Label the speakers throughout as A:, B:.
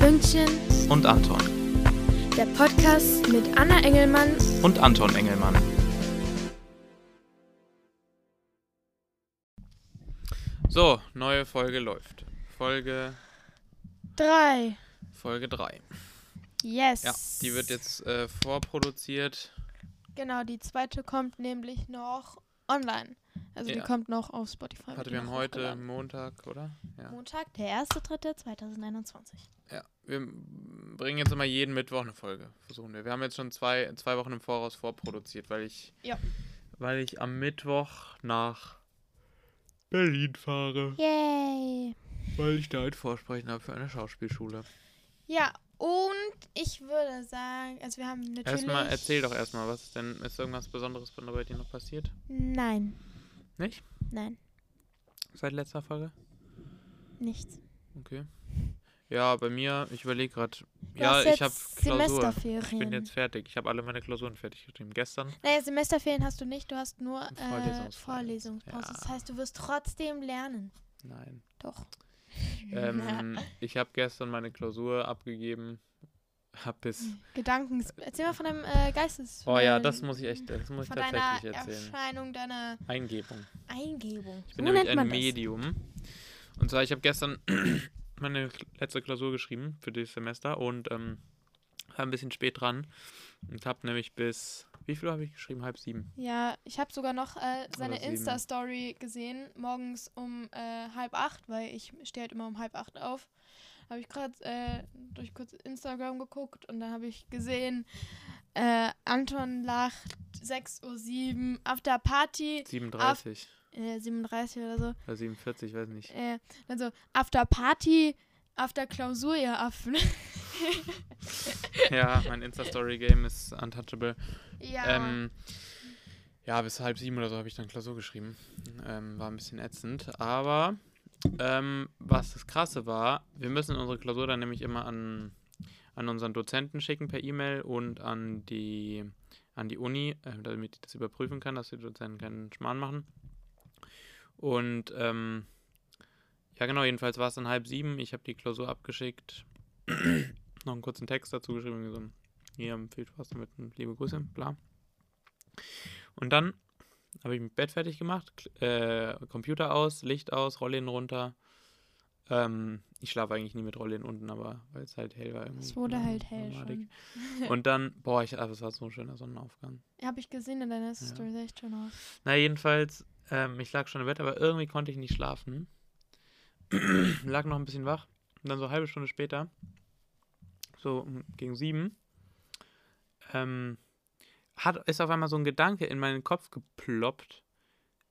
A: Hündchen
B: und Anton.
A: Der Podcast mit Anna Engelmann
B: und Anton Engelmann. So, neue Folge läuft. Folge,
A: drei.
B: Folge 3.
A: Yes.
B: Ja, die wird jetzt äh, vorproduziert.
A: Genau, die zweite kommt nämlich noch online. Also die
B: Ja.
A: kommt noch auf Spotify. wird
B: Warte,
A: die
B: wir haben
A: noch
B: heute
A: hochgeladen.
B: Montag, oder? Ja.
A: Montag, der 1.3.2021.
B: ja. Wir bringen jetzt immer jeden Mittwoch eine Folge. Versuchen wir. Wir haben jetzt schon zwei, zwei Wochen im Voraus vorproduziert, weil ich,
A: Ja.
B: weil ich am Mittwoch nach Berlin fahre.
A: Yay.
B: Weil ich da ein Vorsprechen habe für eine Schauspielschule.
A: Ja, und ich würde sagen, also wir haben natürlich...
B: Erstmal erzähl doch erstmal, was ist denn ist irgendwas Besonderes bei dir noch passiert?
A: Nein,
B: Nicht?
A: nein,
B: Seit letzter Folge?
A: nichts.
B: Okay. Ja, bei mir, ich überlege gerade.
A: Du
B: Ja,
A: hast
B: ich habe
A: jetzt
B: Klausuren. Ich
A: Semesterferien.
B: bin jetzt fertig. Ich habe alle meine Klausuren fertig geschrieben. Gestern.
A: Naja, Semesterferien hast du nicht, du hast nur äh,
B: Vorlesungs-
A: Vorlesungspause.
B: Ja.
A: Das heißt, du wirst trotzdem lernen.
B: Nein.
A: Doch.
B: Ähm, ich habe gestern meine Klausur abgegeben. Hab bis.
A: Hm. Gedanken. Erzähl mal von deinem äh, Geistes.
B: Oh ja, das muss ich echt, das muss ich
A: Von deiner
B: tatsächlich erzählen.
A: Erscheinung, deiner
B: Eingebung.
A: Eingebung.
B: Ich bin nämlich ein Medium. Und zwar, ich habe gestern meine K- letzte Klausur geschrieben für dieses Semester und ähm, war ein bisschen spät dran und habe nämlich bis, wie viel habe ich geschrieben? Halb sieben.
A: Ja, ich habe sogar noch äh, seine
B: Oder sieben.
A: Insta-Story gesehen, morgens um äh, halb acht, weil ich stehe halt immer um halb acht auf. Habe ich gerade äh, durch kurz Instagram geguckt und dann habe ich gesehen, äh, Anton lacht 6.07 Uhr, after Party,
B: 37
A: äh, 37 oder so.
B: oder 47, weiß nicht.
A: Äh, dann so, after Party, after Klausur, ihr Affen.
B: ja, mein Insta-Story-Game ist untouchable.
A: ja.
B: Ähm, ja, bis halb sieben oder so habe ich dann Klausur geschrieben. Ähm, war ein bisschen ätzend. Aber ähm, was das Krasse war, wir müssen unsere Klausur dann nämlich immer an, an unseren Dozenten schicken per E-Mail und an die, an die Uni, äh, damit ich das überprüfen kann, dass die Dozenten keinen Schmarrn machen. Und ähm, ja, genau, jedenfalls war es dann halb sieben. Ich habe die Klausur abgeschickt, noch einen kurzen Text dazu geschrieben, irgendwie so ein ja, viel Spaß damit und hm, liebe Grüße, bla. Und dann habe ich mein Bett fertig gemacht, kl- äh, Computer aus, Licht aus, Rollläden runter. Ähm, ich schlafe eigentlich nie mit Rollläden unten, aber weil es halt hell war. irgendwie,
A: es wurde
B: keine
A: halt
B: Ahnung,
A: hell
B: Nomadik.
A: schon.
B: Und dann, boah, ich, also, es war so ein schöner Sonnenaufgang.
A: Habe ich gesehen in deiner Story, sah echt schon aus.
B: Na, jedenfalls, ähm, ich lag schon im Bett, aber irgendwie konnte ich nicht schlafen. lag noch ein bisschen wach. Und dann so eine halbe Stunde später, so um- gegen sieben, ähm, hat, ist auf einmal so ein Gedanke in meinen Kopf geploppt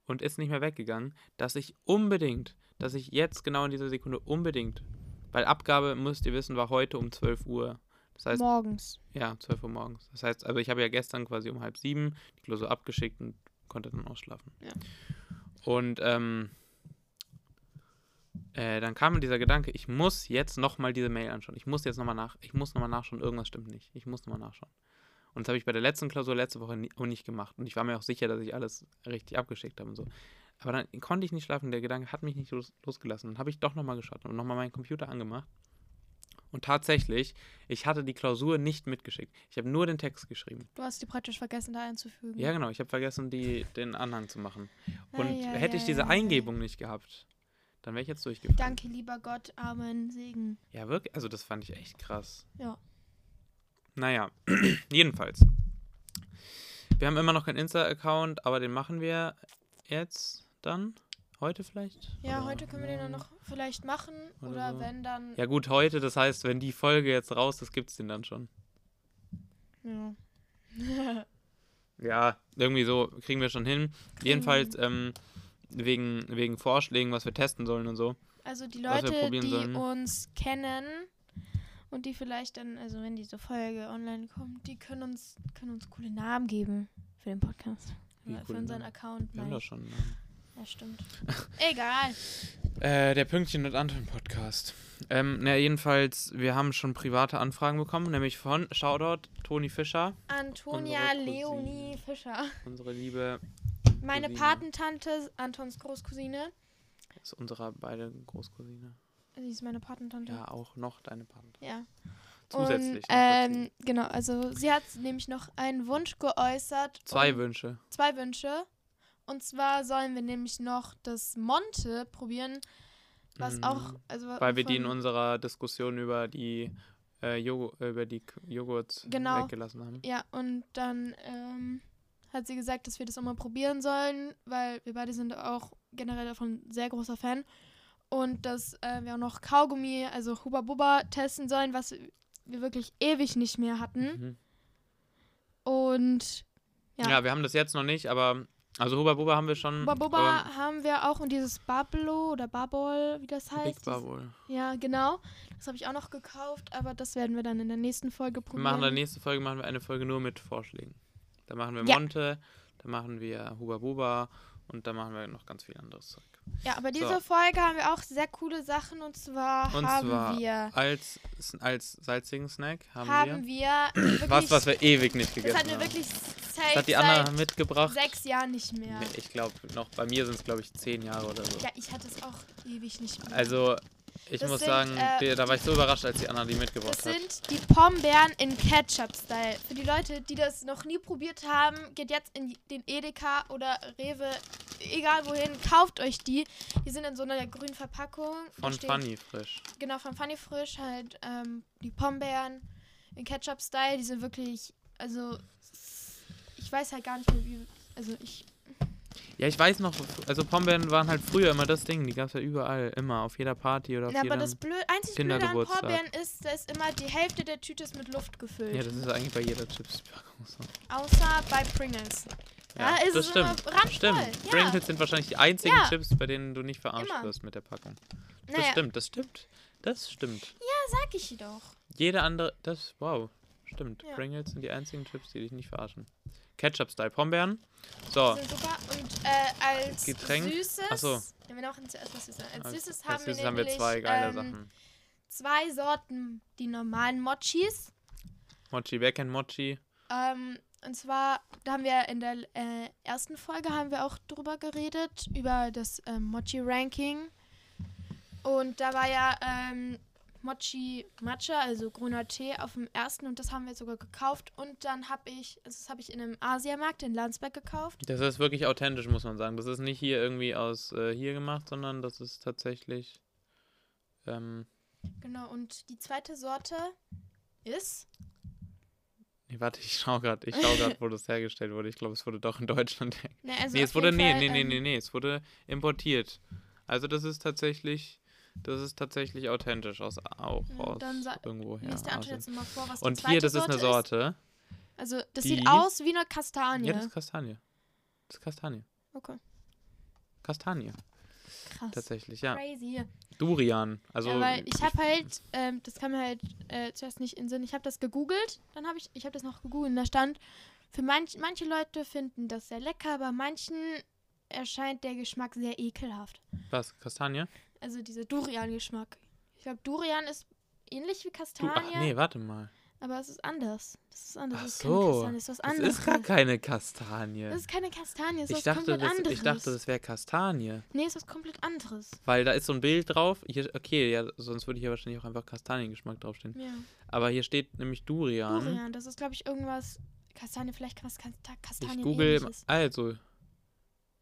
B: und ist nicht mehr weggegangen, dass ich unbedingt, dass ich jetzt genau in dieser Sekunde unbedingt, weil Abgabe, müsst ihr wissen, war heute um 12 Uhr. Das heißt,
A: Morgens.
B: ja, 12 Uhr morgens. Das heißt, also ich habe ja gestern quasi um halb sieben die Klausur abgeschickt und konnte dann ausschlafen.
A: Ja.
B: Und ähm, äh, dann kam mir dieser Gedanke, ich muss jetzt nochmal diese Mail anschauen. Ich muss jetzt nochmal nach, ich muss nochmal nachschauen, irgendwas stimmt nicht. Ich muss nochmal nachschauen. Und das habe ich bei der letzten Klausur letzte Woche nie, auch nicht gemacht. Und ich war mir auch sicher, dass ich alles richtig abgeschickt habe und so. Aber dann konnte ich nicht schlafen, der Gedanke hat mich nicht los, losgelassen. Dann habe ich doch nochmal geschaut und nochmal meinen Computer angemacht. Und tatsächlich ich hatte die Klausur nicht mitgeschickt. Ich habe nur den Text geschrieben.
A: Du hast die praktisch vergessen, da einzufügen.
B: Ja, genau. Ich habe vergessen, die, den Anhang zu machen. Und
A: Eieiei.
B: hätte ich diese Eingebung nicht gehabt, dann wäre ich jetzt durchgefallen.
A: Danke, lieber Gott. Amen. Segen.
B: Ja, wirklich. Also, das fand ich echt krass.
A: Ja.
B: Naja, jedenfalls. Wir haben immer noch keinen Insta-Account, aber den machen wir jetzt dann. Heute vielleicht?
A: Ja,
B: Oder
A: heute können wir den dann
B: morgen?
A: noch vielleicht machen. Oder,
B: Oder so.
A: wenn dann.
B: Ja, gut, heute. Das heißt, wenn die Folge jetzt raus ist, gibt es den dann schon.
A: Ja.
B: Ja, irgendwie so kriegen wir schon hin. Jedenfalls ähm, wegen, wegen Vorschlägen, was wir testen sollen und so.
A: Also die
B: Was wir
A: Leute, die
B: probieren sollen.
A: uns kennen und die vielleicht dann, also wenn diese Folge online kommt, die können uns, können uns coole Namen geben für den Podcast.
B: Wie
A: Oder für
B: coole
A: unseren
B: Namen?
A: Account.
B: Wir haben
A: Nein.
B: das schon. ähm, einen Namen.
A: Ja, stimmt. Egal.
B: Äh, der Pünktchen und Anton Podcast. Ähm, na, jedenfalls, wir haben schon private Anfragen bekommen, nämlich von Shoutout Toni Fischer,
A: Antonia
B: Cousine.
A: Leonie Fischer.
B: unsere liebe,
A: Meine
B: Cousine.
A: Patentante, Antons Großcousine.
B: ist unsere beide Großcousine.
A: Sie ist meine Patentante.
B: Ja, auch noch deine Patentante.
A: Ja.
B: Zusätzlich.
A: Und,
B: noch dazu.
A: ähm, genau, also sie hat nämlich noch einen Wunsch geäußert.
B: Zwei
A: und,
B: Wünsche.
A: zwei Wünsche. Und zwar sollen wir nämlich noch das Monte probieren, was
B: Mhm.
A: auch, also
B: Weil wir die in
A: von-
B: unserer Diskussion über die äh, Joghurt, über die K- Joghurts
A: Genau.
B: weggelassen haben.
A: Ja, und dann ähm, hat sie gesagt, dass wir das auch mal probieren sollen, weil wir beide sind auch generell davon sehr großer Fan. Und dass äh, wir auch noch Kaugummi, also Huba Buba, testen sollen, was wir wirklich ewig nicht mehr hatten.
B: Mhm.
A: Und
B: Ja.
A: Hm? Ja.
B: wir haben das jetzt noch nicht, aber also Huba Buba haben wir schon.
A: Huba
B: aber
A: Buba haben wir auch und dieses Bablo oder Babol, wie das heißt.
B: Big Bar
A: dieses-
B: wohl.
A: Ja, genau. Das habe ich auch noch gekauft, aber das werden wir dann in der nächsten Folge
B: Wir
A: probieren.
B: machen in der nächsten Folge machen wir eine Folge nur mit Vorschlägen. Da machen wir
A: Ja.
B: Monte, da machen wir Huba Buba und da machen wir noch ganz viel anderes Zeug.
A: ja, aber diese Folge haben wir auch sehr coole Sachen und zwar
B: Und
A: haben
B: zwar
A: wir
B: Als, als salzigen Snack haben,
A: haben wir, wirklich,
B: wir was, was wir ewig nicht
A: das
B: gegessen
A: hatten wir
B: haben.
A: wirklich safe
B: Das hat die
A: seit
B: Anna mitgebracht.
A: sechs Jahren nicht mehr.
B: Nee, Ich glaube, noch bei mir sind es, glaube ich, zehn Jahre oder so.
A: Ja, ich hatte es auch ewig nicht mehr.
B: Also, ich
A: Das
B: muss
A: sind,
B: sagen,
A: äh,
B: die- da war ich so überrascht, als die Anna die
A: das
B: mitgebracht hat.
A: sind die Pombeeren in Ketchup-Style. Für die Leute, die das noch nie probiert haben, geht jetzt in den Edeka oder Rewe, egal wohin, kauft euch die. Die sind in so einer grünen Verpackung. Da
B: Von
A: steht-
B: Fanny frisch.
A: Genau, von Funny Frisch halt ähm, die Pombeeren in Ketchup-Style. Die sind wirklich, also ich weiß halt gar nicht mehr, wie, also ich
B: Ja, ich weiß noch, also Pombeeren waren halt früher immer das Ding. Die gab es ja überall, immer, auf jeder Party oder auf
A: Ja, aber
B: jedem...
A: das blöd, einzig Blöde an
B: Kindergeburtstag.
A: Pombeeren ist, dass immer die Hälfte der Tüte ist mit Luft gefüllt.
B: ja, das ist eigentlich bei jeder Chipspackung so.
A: Außer bei Pringles. Da ist
B: das
A: Ah, es
B: stimmt.
A: immer randvoll.
B: Stimmt.
A: Ja.
B: Pringles sind wahrscheinlich die einzigen
A: Ja.
B: Chips, bei denen du nicht verarscht
A: Immer.
B: wirst mit der Packung. Das
A: Naja,
B: stimmt, das stimmt. Das stimmt.
A: sag ich jedoch.
B: Jede andere, das, wow, stimmt.
A: Ja.
B: Pringles sind die einzigen Chips, die dich nicht verarschen. Ketchup-Style Pombeeren. So,
A: Sind super. Und äh, als
B: Getränk?
A: Süßes.
B: Ach so.
A: Haben wir noch ein, zuerst was Süßes. Als
B: als-
A: Süßes
B: als
A: haben, wir
B: Süßes haben wir
A: nämlich,
B: zwei geile
A: ähm,
B: Sachen.
A: Zwei Sorten. Die normalen Mochis.
B: Mochi, wer kennt Mochi?
A: Ähm, und zwar, da haben wir in der äh, ersten Folge haben wir auch drüber geredet, über das ähm, Mochi-Ranking. Und da war ja ähm, Mochi Matcha, also grüner Tee, auf dem ersten und das haben wir sogar gekauft. Und dann habe ich, also das habe ich in einem Asiamarkt in Landsberg gekauft.
B: Das ist wirklich authentisch, muss man sagen. Das ist nicht hier irgendwie aus äh, hier gemacht, sondern das ist tatsächlich. Ähm,
A: Genau, und die zweite Sorte ist.
B: nee, warte, ich schau gerade, ich schau grad, wo das hergestellt wurde. Ich glaube, es wurde doch in Deutschland hergestellt.
A: Ne, also
B: Nee,
A: auf
B: es wurde,
A: jeden
B: nee,
A: Fall,
B: nee, nee,
A: ähm,
B: nee, nee, es wurde importiert. Also das ist tatsächlich, das ist tatsächlich authentisch aus auch
A: Ja,
B: aus
A: dann sa-
B: irgendwo her.
A: Lies der Antwort
B: Asien.
A: jetzt nochmal vor, was die
B: Und
A: zweite
B: hier, das ist eine
A: Sorte.
B: Sorte.
A: Ist. Also, das
B: Die-
A: sieht aus wie eine Kastanie.
B: Ja, das ist Kastanie. Das ist Kastanie.
A: okay,
B: Kastanie,
A: krass.
B: tatsächlich, ja.
A: Crazy.
B: Durian. Also
A: ja, weil ich habe halt, ähm, das kam mir halt äh, zuerst nicht in den Sinn. Ich habe das gegoogelt, dann habe ich, ich habe das noch gegoogelt und da stand, für manch, manche Leute finden das sehr lecker, aber manchen erscheint der Geschmack sehr ekelhaft.
B: was? Kastanie?
A: Also dieser Durian-Geschmack. Ich glaube, Durian ist ähnlich wie
B: Du,
A: Kastanie,
B: ach nee, warte mal.
A: aber es ist anders. Das ist anders.
B: Ach
A: das ist
B: so.
A: keine Kastanie, das ist was
B: Das
A: anderes.
B: ist gar keine Kastanie.
A: Das ist keine Kastanie, das ist
B: ich,
A: was
B: dachte,
A: komplett
B: das,
A: anderes.
B: ich dachte, das wäre Kastanie.
A: nee, ist was komplett anderes.
B: Weil da ist so ein Bild drauf. Hier, okay, ja, sonst würde hier wahrscheinlich auch einfach Kastaniengeschmack draufstehen.
A: Ja.
B: Aber hier steht nämlich Durian.
A: Durian, das ist, glaube ich, irgendwas. Kastanie, vielleicht kann was Kasta- Kastanien
B: Ich google.
A: ähnliches.
B: Also,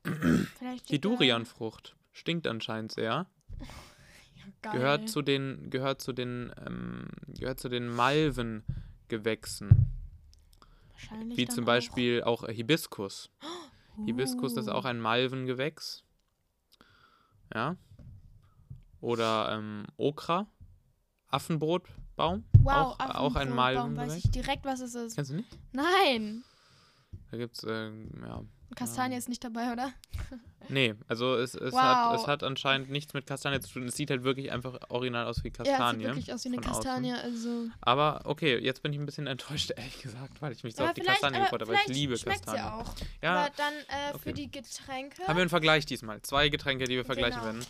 A: Vielleicht
B: die
A: steht da-
B: Durianfrucht stinkt anscheinend sehr.
A: Geil.
B: Gehört zu den, gehört zu den, ähm, gehört zu den Malvengewächsen.
A: Wahrscheinlich
B: Wie
A: dann
B: zum
A: auch.
B: Beispiel auch Hibiskus.
A: Uh.
B: Hibiskus ist auch ein Malvengewächs. Ja. Oder ähm, Okra. Affenbrotbaum.
A: wow,
B: auch, auch ein
A: Malben. weiß
B: Malvengewächs.
A: ich direkt, was es ist.
B: Kennst du nicht?
A: Nein,
B: Da gibt's, ähm, ja.
A: Kastanie ist nicht dabei, oder?
B: Nee, also es, es, hat,
A: Wow.
B: es hat anscheinend nichts mit Kastanie zu tun. Es sieht halt wirklich einfach original aus wie
A: Ja, es sieht
B: Kastanie.
A: wirklich aus wie eine
B: von außen.
A: Kastanie, also.
B: Aber okay, jetzt bin ich ein bisschen enttäuscht, ehrlich gesagt, weil ich mich so auf die Kastanie gefreut habe. weil Ich liebe
A: schmeckt's
B: Kastanie.
A: ja auch.
B: Ja,
A: Aber dann äh,
B: okay.
A: für die Getränke.
B: haben wir einen Vergleich diesmal. Zwei Getränke, die wir vergleichen
A: Genau.
B: werden.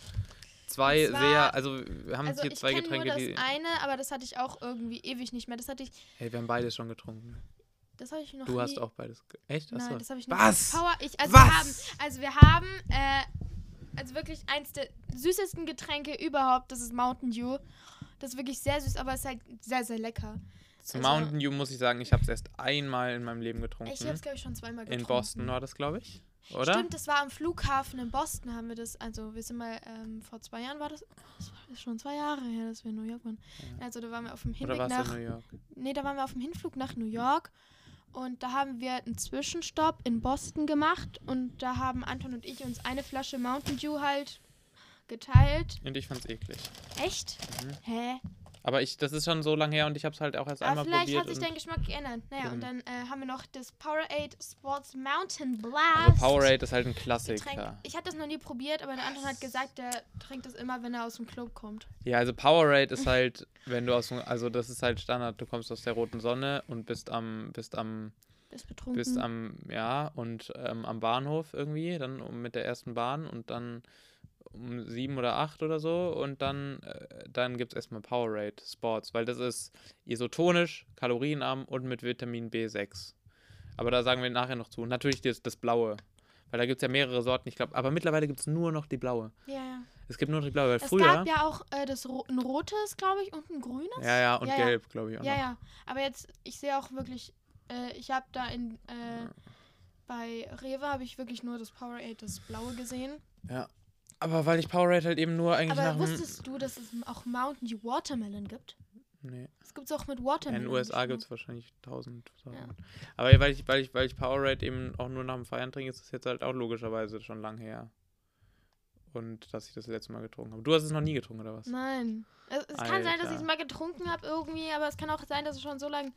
B: Zwei
A: Und zwar-
B: sehr, also wir haben
A: also
B: hier
A: ich
B: zwei
A: kenne nur
B: Getränke,
A: das
B: die.
A: eine, aber das hatte ich auch irgendwie ewig nicht mehr. Das hatte ich,
B: Hey, wir haben beides schon getrunken.
A: das habe ich noch
B: Du
A: nie.
B: hast auch beides. ge- Echt? Achso.
A: Nein, das habe ich nicht.
B: Was?
A: Power, ich, also
B: Was?
A: Wir haben, also wir haben äh, also wirklich eins der süßesten Getränke überhaupt, das ist Mountain Dew. Das ist wirklich sehr süß, aber es ist halt sehr, sehr lecker.
B: Zu
A: Also-
B: Mountain Dew muss ich sagen, ich habe es erst einmal in meinem Leben getrunken. ne?
A: Ich habe es, glaube ich, schon zweimal getrunken.
B: in Boston war das, glaube ich. Oder?
A: Stimmt, das war am Flughafen in Boston, haben wir das, also wir sind mal, ähm, vor zwei Jahren war das, das war schon zwei Jahre her, dass wir in New York waren.
B: Ja.
A: Also da waren wir auf dem
B: Oder
A: Hinweg
B: war es
A: nach
B: in New York?
A: Nee, da waren wir auf dem Hinflug nach New York und da haben wir einen Zwischenstopp in Boston gemacht und da haben Anton und ich uns eine Flasche Mountain Dew halt geteilt.
B: Und ich fand's eklig.
A: Echt?
B: Mhm.
A: Hä?
B: Aber ich, das ist schon so lange her und ich habe es halt auch erst
A: Aber
B: einmal
A: vielleicht
B: probiert.
A: hat sich
B: und Genau.
A: dein Geschmack geändert. Naja, und dann
B: Eben.
A: äh, haben wir noch das Powerade Sports Mountain Blast.
B: also Powerade ist halt ein
A: Getränk.
B: Klassiker.
A: Ich hatte das noch nie probiert, aber der Anton hat gesagt, der trinkt das immer, wenn er aus dem Club kommt.
B: Ja, also Powerade ist halt, wenn du aus, dem- also das ist halt Standard. Du kommst aus der roten Sonne und bist am, bist am,
A: Ist betrunken.
B: bist am, ja und ähm, am Bahnhof irgendwie, dann um- mit der ersten Bahn und dann um sieben oder acht oder so und dann, äh, dann gibt's erstmal Powerade Sports, weil das ist isotonisch, kalorienarm und mit Vitamin B6. Aber da sagen wir nachher noch zu. Und natürlich das, das Blaue, weil da gibt's ja mehrere Sorten, ich glaube. Aber mittlerweile gibt's nur noch die Blaue.
A: ja, ja.
B: Es gibt nur noch die Blaue, weil
A: Es
B: Äh, früher.
A: gab ja auch äh, das Ro ein rotes, glaube ich, und ein grünes.
B: Ja, ja, und
A: Ja, ja.
B: gelb, glaube ich. Auch
A: Ja,
B: noch.
A: ja. Aber jetzt, ich sehe auch wirklich, äh, ich habe da in, äh, bei Rewe habe ich wirklich nur das Powerade, das blaue gesehen.
B: Ja. Aber weil ich Powerade halt eben nur eigentlich
A: Aber
B: nach dem.
A: wusstest du, dass es auch Mountain Dew Watermelon gibt?
B: Nee.
A: Das gibt es auch mit
B: In
A: Watermelon.
B: den USA
A: geschmeckt.
B: gibt es wahrscheinlich tausend Sachen.
A: ne? Ja.
B: Aber weil ich, weil, ich, weil ich Powerade eben auch nur nach dem Feiern trinke, ist das jetzt halt auch logischerweise schon lang her. Und dass ich das letzte Mal getrunken habe. Du hast es noch nie getrunken, oder was?
A: Nein. Es, es kann sein, dass ich es
B: Alter.
A: mal getrunken habe irgendwie, aber es kann auch sein, dass es schon so lange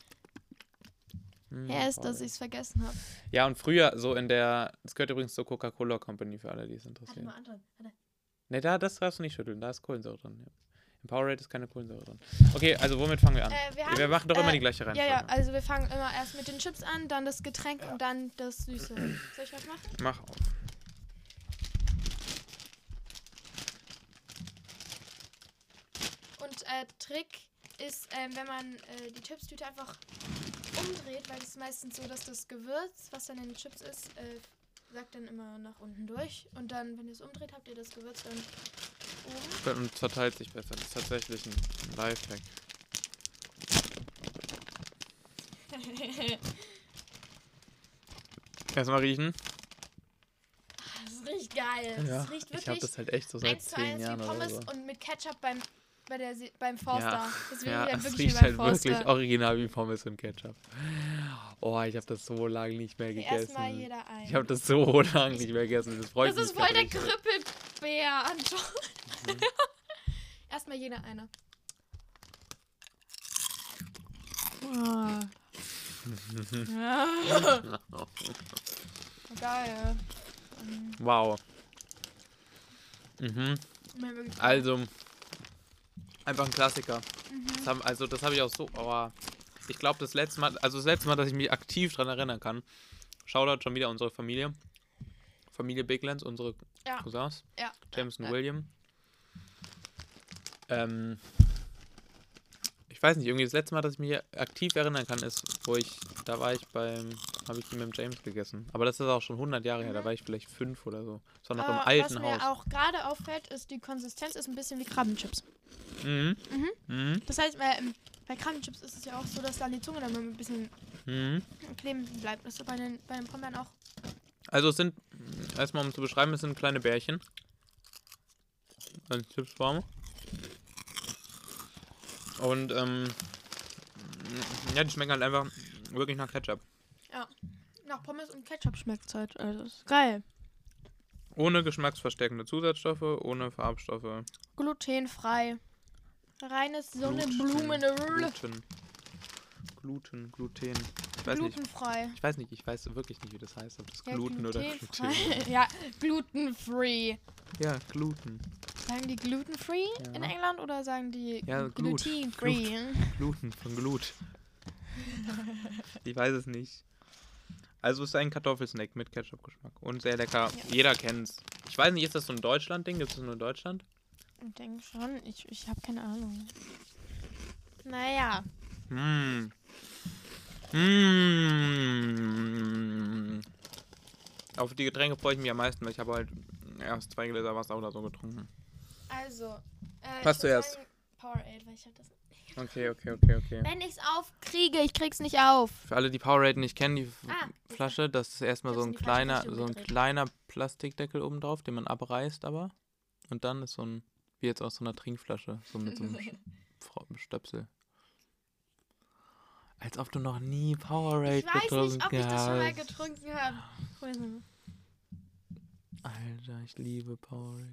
B: Hm,
A: her ist, dass
B: Powerade.
A: ich es vergessen habe.
B: Ja, und früher, so in der. Das gehört übrigens zur Coca-Cola Company für alle, die es
A: Warte
B: interessieren.
A: mal, Anton. Warte.
B: Ne, da, das darfst du nicht schütteln, da ist Kohlensäure drin. Ja. Im Powerade ist keine Kohlensäure drin. Okay, also womit fangen wir an?
A: Äh, wir
B: wir,
A: haben,
B: machen doch immer
A: äh,
B: die gleiche
A: Ja,
B: Reihenfolge.
A: ja, also wir fangen immer erst mit den Chips an, dann das Getränk und dann das Süße. Soll ich was machen?
B: Mach auf.
A: Und äh, Trick ist, ähm, wenn man äh, die Chips-Tüte einfach umdreht, weil es ist meistens so, dass das Gewürz, was dann in den Chips ist, äh, sagt dann immer nach unten durch. Und dann, wenn ihr es umdreht, habt ihr das Gewürz dann oben.
B: Und verteilt sich besser. Das ist tatsächlich ein Lifehack. Erstmal riechen.
A: das riecht geil. Das riecht
B: ich habe
A: wirklich
B: das halt echt so seit
A: eins zu
B: zehn
A: eins wie
B: Jahren oder
A: Pommes
B: so.
A: und mit Ketchup beim, bei der, Se- beim Forster.
B: Ja,
A: Das riecht
B: ja,
A: halt
B: es
A: wirklich wie
B: riecht
A: beim
B: halt
A: Forster.
B: wirklich original wie Pommes und Ketchup. Oh, ich habe das so lange nicht mehr gegessen.
A: Erstmal jeder ein.
B: Ich habe das so lange nicht mehr gegessen. Das freut
A: das
B: mich.
A: ist voll der
B: gerade richtig.
A: Krüppelbär, Anton. Erstmal jeder einer. Ja. Geil.
B: Wow. Mhm.
A: Mein wirklich-
B: Also, einfach ein Klassiker.
A: Mhm.
B: Das haben, also, das habe ich auch so. Oh, ich glaube, das letzte Mal, also das letzte Mal, dass ich mich aktiv dran erinnern kann, Shoutout schon wieder unsere Familie. Familie Biglands, unsere
A: Ja.
B: Cousins,
A: Ja.
B: James und
A: Ja.
B: William. Ähm, ich weiß nicht, irgendwie das letzte Mal, dass ich mich aktiv erinnern kann, ist, wo ich, da war ich beim, habe ich die mit dem James gegessen. Aber das ist auch schon 100 Jahre her, da war ich vielleicht fünf oder so. Das war noch im
A: Aber
B: alten
A: Äh, was
B: Haus.
A: Mhm. Ah, mir auch gerade auffällt, ist, die Konsistenz ist ein bisschen wie Krabbenchips.
B: Mhm. Mhm.
A: Das heißt, bei, ähm, bei Krabbenchips ist es ja auch so, dass dann die Zunge dann mal ein bisschen
B: Mhm.
A: kleben bleibt. Das ist bei den, bei den Pommes auch.
B: Also es sind, mm, erstmal um zu beschreiben, es sind kleine Bärchen. Als Chipsform. Und ähm, mm, ja, die schmecken halt einfach wirklich nach Ketchup.
A: Nach Pommes und Ketchup schmeckt es halt. Also ist geil.
B: Ohne geschmacksverstärkende Zusatzstoffe, ohne Farbstoffe.
A: Glutenfrei. Reines Sonnenblumen.
B: Gluten. Gluten, Gluten. Ich weiß nicht.
A: Glutenfrei.
B: Ich weiß nicht, ich weiß wirklich nicht, wie das heißt, ob das
A: Ja,
B: Gluten oder
A: glutenfrei.
B: Gluten.
A: ja, glutenfree.
B: Ja, Gluten.
A: Sagen die glutenfree
B: Ja.
A: in England oder sagen die
B: Ja, Glut.
A: glutenfree?
B: Gluten, von Glut. ich weiß es nicht. Also es ist ein Kartoffelsnack mit Ketchup-Geschmack. Und sehr lecker.
A: Ja.
B: Jeder kennt's. Ich weiß nicht, ist das so ein Deutschland-Ding? Gibt es das nur in Deutschland?
A: Ich denke schon. Ich, ich habe keine Ahnung. Naja.
B: Mmh. Hm. Mmh. Auf die Getränke freue ich mich am meisten, weil ich habe halt erst zwei Gläser Wasser oder so getrunken.
A: Also. Äh,
B: Was
A: ich würd
B: zuerst?
A: sagen Powerade, weil ich hab das.
B: Okay, okay, okay, okay.
A: Wenn ich's aufkriege, ich krieg's nicht auf.
B: Für alle, die Powerade nicht kennen, die F-
A: Ah, ich
B: Flasche, das ist erstmal
A: Ich
B: so
A: hab's
B: ein
A: in die falsche
B: kleiner,
A: Richtung
B: so ein
A: gedreht.
B: kleiner Plastikdeckel oben drauf, den man abreißt aber. Und dann ist so ein, wie jetzt aus so einer Trinkflasche, so mit so einem Sch- Fra- Stöpsel. Als ob du noch nie Powerade
A: Ich weiß
B: getrunken
A: nicht, ob ich das schon mal
B: hast.
A: getrunken habe. Hol das mal.
B: Alter, ich liebe Powerade.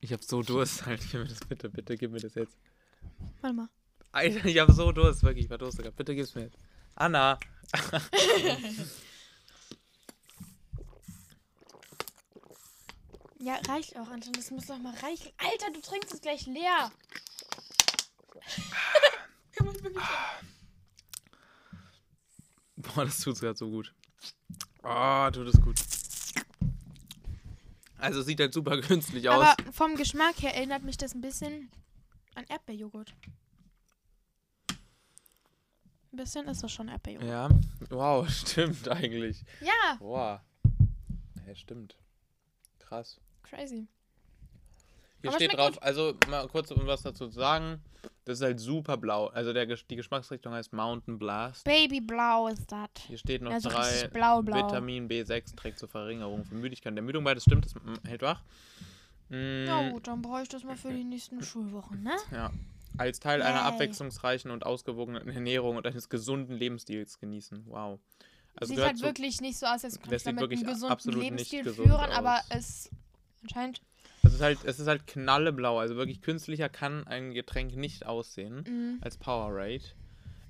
B: Ich hab so Durst, halt. Gib mir das bitte, bitte, gib mir das jetzt.
A: Warte mal.
B: Alter, ich hab so Durst, wirklich, ich war durstig. Bitte gib's mir jetzt. Anna.
A: Ja, reicht auch, Anton. Das muss doch mal reichen. Alter, du trinkst es gleich leer. Kann man wirklich-
B: Boah, das tut's gerade so gut. Ah, tut es gut. Also es sieht halt super künstlich aus.
A: Aber vom Geschmack her erinnert mich das ein bisschen an Erdbeerjoghurt. Ein bisschen ist das schon Erdbeerjoghurt.
B: ja. Wow, stimmt eigentlich.
A: Ja,
B: Wow. Ja, stimmt. Krass.
A: crazy.
B: Hier
A: Aber
B: steht
A: schmeckt
B: drauf, also mal kurz um was dazu zu sagen. Das ist halt super blau. Also der, Gesch- die Geschmacksrichtung heißt Mountain Blast.
A: Babyblau ist das.
B: Hier steht noch
A: Also
B: drei
A: richtig blau-blau.
B: Vitamin B6 trägt zur Verringerung von Müdigkeit und der Ermüdung bei. Das stimmt, das m- hält wach. Mm,
A: Na gut, dann brauche ich das mal für die nächsten Schulwochen, ne?
B: Ja. Als Teil einer
A: Yay.
B: abwechslungsreichen und ausgewogenen Ernährung und eines gesunden Lebensstils genießen. Wow. Also
A: sieht
B: gehört
A: halt
B: zu-
A: wirklich nicht so aus, als könnte
B: Das
A: ich
B: sieht
A: damit
B: wirklich
A: einen
B: a-
A: gesunden
B: absolut nicht
A: Lebensstil
B: gesund
A: führen, aber
B: aus.
A: es anscheinend.
B: es ist halt, es ist halt knalleblau, also wirklich künstlicher kann ein Getränk nicht aussehen
A: Mhm.
B: als Powerade.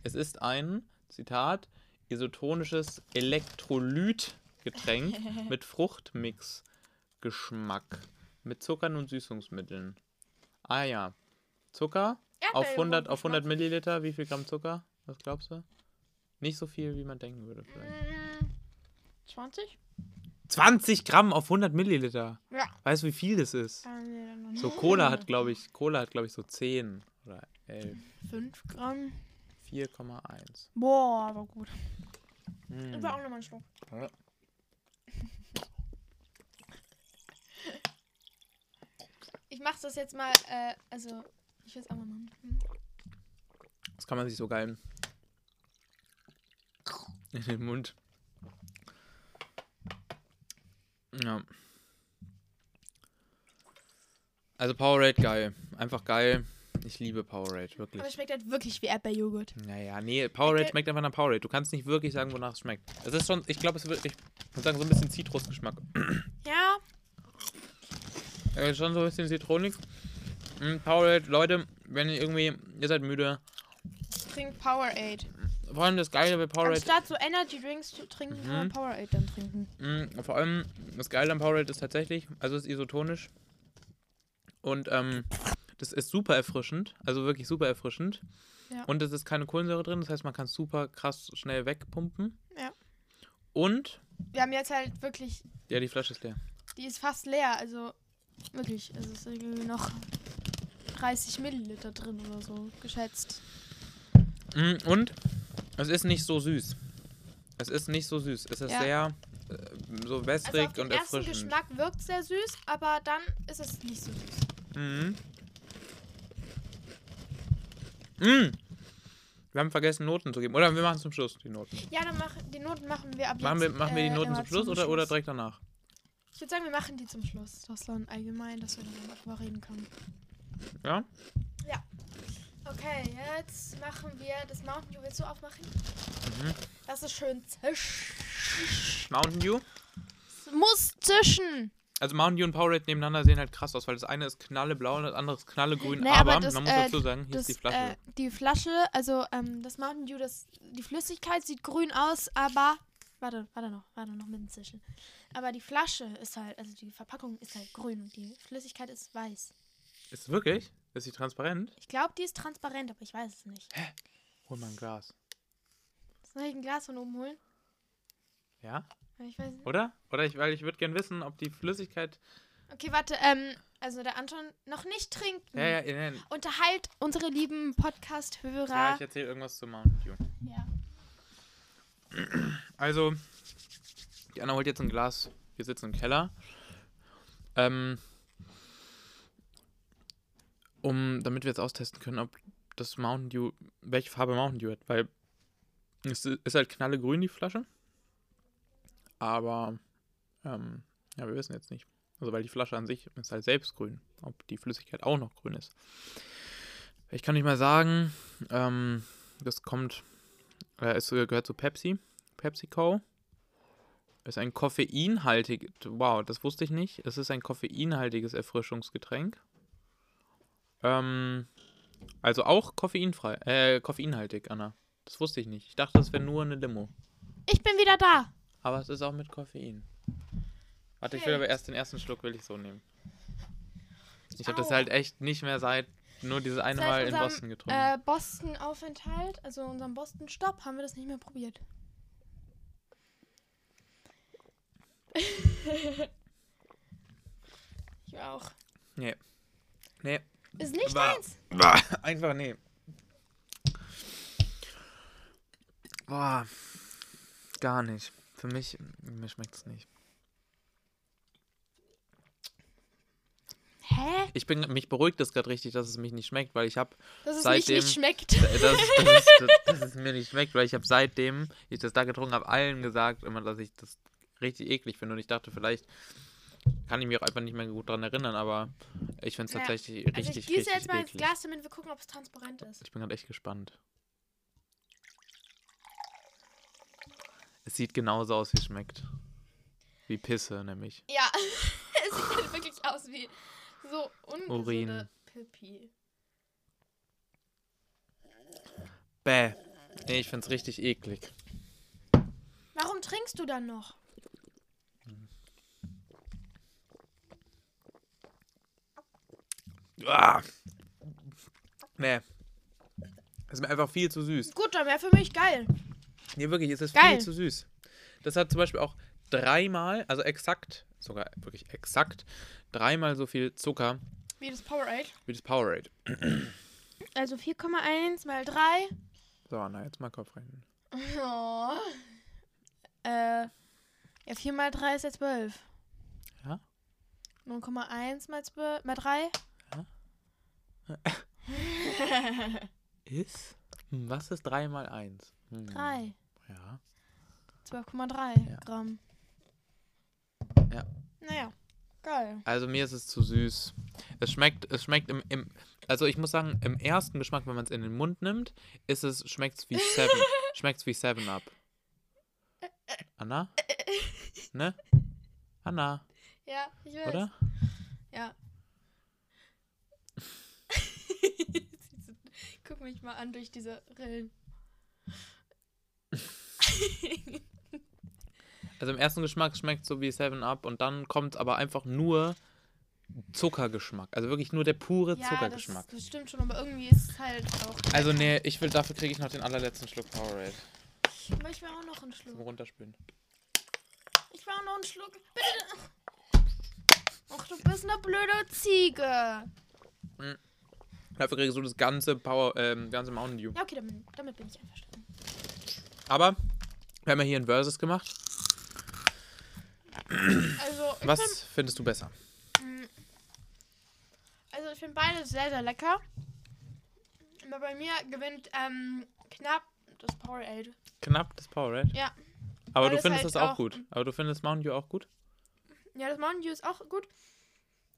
B: Es ist ein, Zitat, isotonisches Elektrolytgetränk mit Fruchtmix-Geschmack, mit Zuckern und Süßungsmitteln. Ah ja. Zucker auf 100, auf 100 Milliliter, wie viel Gramm Zucker? Was glaubst du? Nicht so viel, wie man denken würde. Vielleicht.
A: Mm, 20?
B: 20 Gramm auf 100 Milliliter.
A: Ja.
B: Weißt du, wie viel das ist?
A: Ah, nee, dann noch
B: So
A: nicht.
B: Cola hat, glaube ich, Cola hat, glaube ich, so 10 oder 11.
A: 5 Gramm.
B: 4,1.
A: Boah, aber gut.
B: Hm.
A: Ich
B: Mm.
A: war auch nochmal einen Schluck.
B: Ja.
A: Ich mach das jetzt mal, äh, also, ich will es auch mal machen.
B: Das kann man sich so geil in den Mund. Ja. Also Powerade geil. Einfach geil. Ich liebe Powerade, wirklich.
A: Aber es schmeckt halt wirklich wie Erdbeerjoghurt.
B: Naja, nee, Powerade
A: Okay.
B: schmeckt einfach nach Powerade. Du kannst nicht wirklich sagen, wonach es schmeckt. Es ist schon, ich glaube, es wird, ich würde sagen, so ein bisschen Zitrusgeschmack.
A: Ja,
B: Äh, schon so ein bisschen Zitronik. Mm, Powerade, Leute, wenn ihr irgendwie, ihr seid müde.
A: trink Powerade.
B: Vor allem das Geile bei Powerade,
A: Anstatt so Energy Drinks zu trinken, kann man
B: Mhm.
A: Powerade dann trinken.
B: mm, vor allem das Geile an Powerade ist tatsächlich, also es ist isotonisch. Und ähm, das ist super erfrischend, also wirklich super erfrischend.
A: Ja.
B: Und es ist keine Kohlensäure drin, das heißt, man kann es super krass schnell wegpumpen.
A: Ja.
B: Und,
A: Wir haben jetzt halt wirklich,
B: ja, die Flasche ist leer.
A: die ist fast leer, also wirklich, also es ist irgendwie noch 30 Milliliter drin oder so, geschätzt.
B: Mm, Und es ist nicht so süß. Es ist nicht so süß. Es ist
A: Ja.
B: sehr äh, so
A: Also
B: wässrig
A: auf den
B: und
A: ersten
B: erfrischend.
A: Geschmack wirkt sehr süß, aber dann ist es nicht so süß.
B: Mhm. Mm. Wir haben vergessen, Noten zu geben. Oder wir machen zum Schluss die Noten.
A: Ja, dann mach, die Noten machen wir ab
B: Machen wir,
A: jetzt.
B: machen wir die
A: äh,
B: Noten
A: immer
B: zum Schluss, oder, oder direkt danach?
A: Ich würde sagen, wir machen die zum Schluss. Das dann allgemein, dass wir darüber reden können.
B: Ja?
A: Okay, jetzt machen wir das Mountain Dew. Willst du aufmachen?
B: Mhm.
A: Das ist schön zisch.
B: Mountain Dew.
A: Es muss zischen.
B: Also Mountain Dew und Powerade nebeneinander sehen halt krass aus, weil das eine ist knalleblau und das andere ist knallegrün.
A: Nee, aber
B: aber
A: das,
B: man muss
A: äh,
B: dazu sagen, hier
A: Das,
B: ist die Flasche.
A: Äh, die Flasche, also ähm, das Mountain Dew, das, die Flüssigkeit sieht grün aus, aber. Warte, warte noch, warte noch mit dem Zischen. Aber die Flasche ist halt, also die Verpackung ist halt grün und die Flüssigkeit ist weiß.
B: ist es wirklich? Ist sie transparent?
A: Ich glaube, die ist transparent, aber ich weiß es nicht.
B: Hol mal ein Glas.
A: Soll ich ein Glas von oben holen?
B: Ja?
A: Ich weiß nicht.
B: Oder? Oder ich, weil ich würde gern wissen, ob die Flüssigkeit.
A: Okay, warte, ähm, also der Anton noch nicht trinken.
B: Ja, ja, ja, ja,
A: Unterhalt unsere lieben
B: ja
A: Podcast-Hörer.
B: ich erzähle irgendwas zu Mountain Dew.
A: Ja.
B: Also, die Anna holt jetzt ein Glas. Wir sitzen im Keller. Ähm, um, damit wir jetzt austesten können, ob das Mountain Dew, welche Farbe Mountain Dew hat, weil es i- ist halt knallegrün, die Flasche. Aber, ähm, ja, wir wissen jetzt nicht. Also, weil die Flasche an sich ist halt selbst grün. Ob die Flüssigkeit auch noch grün ist. Ich kann nicht mal sagen, ähm, das kommt, äh, es gehört zu Pepsi, PepsiCo. Ist ein koffeinhaltig, wow, das wusste ich nicht. Es ist ein koffeinhaltiges Erfrischungsgetränk. Ähm, also auch koffeinfrei, äh, koffeinhaltig, Anna. Das wusste ich nicht. Ich dachte, es wäre nur eine Limo.
A: Ich bin wieder da.
B: Aber es ist auch mit Koffein. Warte, ich
A: Shit.
B: will aber erst den ersten Schluck will ich so nehmen. Ich habe das
A: Aua.
B: halt echt nicht mehr seit nur dieses eine
A: Seit
B: Mal in
A: unserem,
B: Boston getrunken.
A: Äh, Boston-Aufenthalt, also unserem Boston-Stopp, haben wir das nicht mehr probiert. ich auch.
B: Nee. Nee.
A: Ist nicht
B: War-
A: meins.
B: Einfach nee. Boah. Gar nicht. Für mich, mir schmeckt es nicht.
A: Hä?
B: Ich bin, mich beruhigt das gerade richtig, dass es mich nicht schmeckt, weil ich habe
A: Dass es mich
B: Seitdem-
A: nicht schmeckt.
B: dass, dass, es, dass es mir nicht schmeckt, weil ich habe seitdem ich das da getrunken habe, allen gesagt, immer, dass ich das richtig eklig finde. Und ich dachte, vielleicht kann ich mich auch einfach nicht mehr gut dran erinnern, aber ich finde es
A: Ja,
B: tatsächlich
A: Also ich
B: richtig,
A: gieße
B: richtig
A: jetzt mal ins
B: eklig.
A: Glas, damit wir gucken, ob es transparent ist.
B: Ich bin gerade echt gespannt. Es sieht genauso aus, wie es schmeckt. Wie Pisse, nämlich.
A: Ja, es sieht halt wirklich aus wie so ungesunde
B: Urin.
A: Pipi.
B: Bäh. Nee, ich finde es richtig eklig.
A: Warum trinkst du dann noch?
B: Ah. Nee. Es ist mir einfach viel zu süß.
A: Gut, dann wäre für mich geil.
B: Nee, wirklich, es ist
A: Geil.
B: viel zu süß. Das hat zum Beispiel auch dreimal, also exakt, sogar wirklich exakt, dreimal so viel Zucker
A: Wie das Powerade.
B: wie das Powerade.
A: Also 4,1 mal 3.
B: So, Anna, jetzt mal Kopf rein.
A: Oh. Äh, ja, 4 mal 3 ist ja 12.
B: Ja?
A: 0,1 mal, 12, mal 3.
B: Ist? Hm, was ist dreimal eins? Hm,
A: 3.
B: Ja.
A: 12,3
B: Ja.
A: Gramm.
B: Ja.
A: Naja, geil.
B: Also mir ist es zu süß. Es schmeckt, es schmeckt im, im also ich muss sagen, im ersten Geschmack, wenn man es in den Mund nimmt, ist es, schmeckt es wie Seven. schmeckt es wie Seven Up. Anna? Ne? Anna,
A: Ja, ich weiß.
B: oder?
A: Ja. Guck mich mal an durch diese Rillen.
B: Also im ersten Geschmack schmeckt so wie 7 Up und dann kommt aber einfach nur Zuckergeschmack. Also wirklich nur der pure
A: ja, das,
B: Zuckergeschmack.
A: das stimmt schon, aber irgendwie ist es halt auch.
B: Also nee, ich will, dafür kriege ich noch den allerletzten Schluck Powerade.
A: Aber ich will auch noch einen
B: Zum
A: Schluck.
B: Runterspülen.
A: Ich will auch noch einen Schluck. Bitte. Ach, du bist eine blöde Ziege.
B: Dafür kriege ich so das ganze Power, ähm, ganze Mountain Dew.
A: Ja, okay, damit, damit bin ich einverstanden.
B: Aber wir haben ja hier ein Versus gemacht.
A: Also, ich
B: Was
A: Bin,
B: findest du besser?
A: also ich finde beide sehr, sehr lecker. Aber bei mir gewinnt ähm, knapp das Powerade.
B: Knapp das Powerade.
A: Ja.
B: Aber
A: Weil
B: du
A: es
B: findest
A: halt
B: das auch,
A: auch-
B: gut. Aber du findest Mountain Dew auch gut?
A: Ja, das Mountain Dew ist auch gut.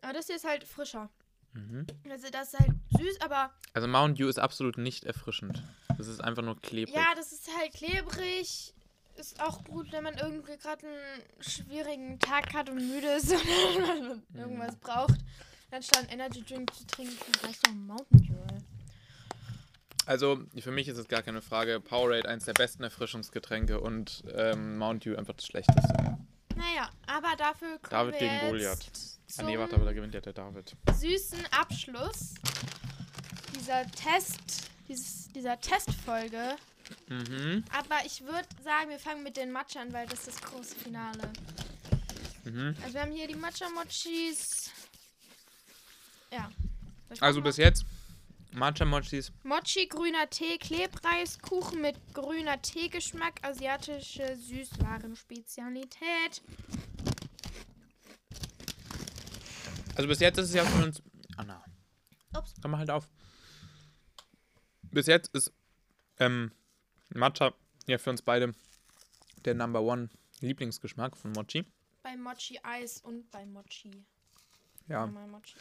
A: Aber das hier ist halt frischer.
B: Mhm.
A: Also das ist halt süß, aber
B: Also Mountain Dew ist absolut nicht erfrischend. Das ist einfach nur klebrig.
A: ja, das ist halt klebrig. Ist auch gut, wenn man irgendwie gerade einen schwierigen Tag hat und müde ist und man irgendwas braucht. Anstatt einen Energy Drink zu trinken, reicht doch ein Mountain Dew. ey.
B: Also für mich ist es gar keine Frage. Powerade eins der besten Erfrischungsgetränke und ähm, Mount Dew einfach das schlechteste.
A: Naja, aber dafür kommen
B: David
A: wir
B: gegen
A: jetzt
B: Goliath. Ah,
A: Zum
B: nee, warte, aber da gewinnt ja der David.
A: süßen Abschluss dieser Test, dieses, dieser Testfolge.
B: Mhm.
A: Aber ich würde sagen, wir fangen mit den Matcha an, weil das ist das große Finale.
B: mhm.
A: Also wir haben hier die Matcha Mochis. Ja.
B: Also bis jetzt Matcha Mochis.
A: Mochi, grüner Tee, Klebreis, Kuchen mit grüner Teegeschmack, asiatische Süßwaren-Spezialität.
B: Also bis jetzt ist es ja für uns. Ah na.
A: Ups.
B: Komm mal halt auf. Bis jetzt ist ähm, Matcha ja für uns beide der Number One Lieblingsgeschmack von Mochi.
A: Bei Mochi Eis und bei Mochi.
B: Ja.
A: Normal Mochi.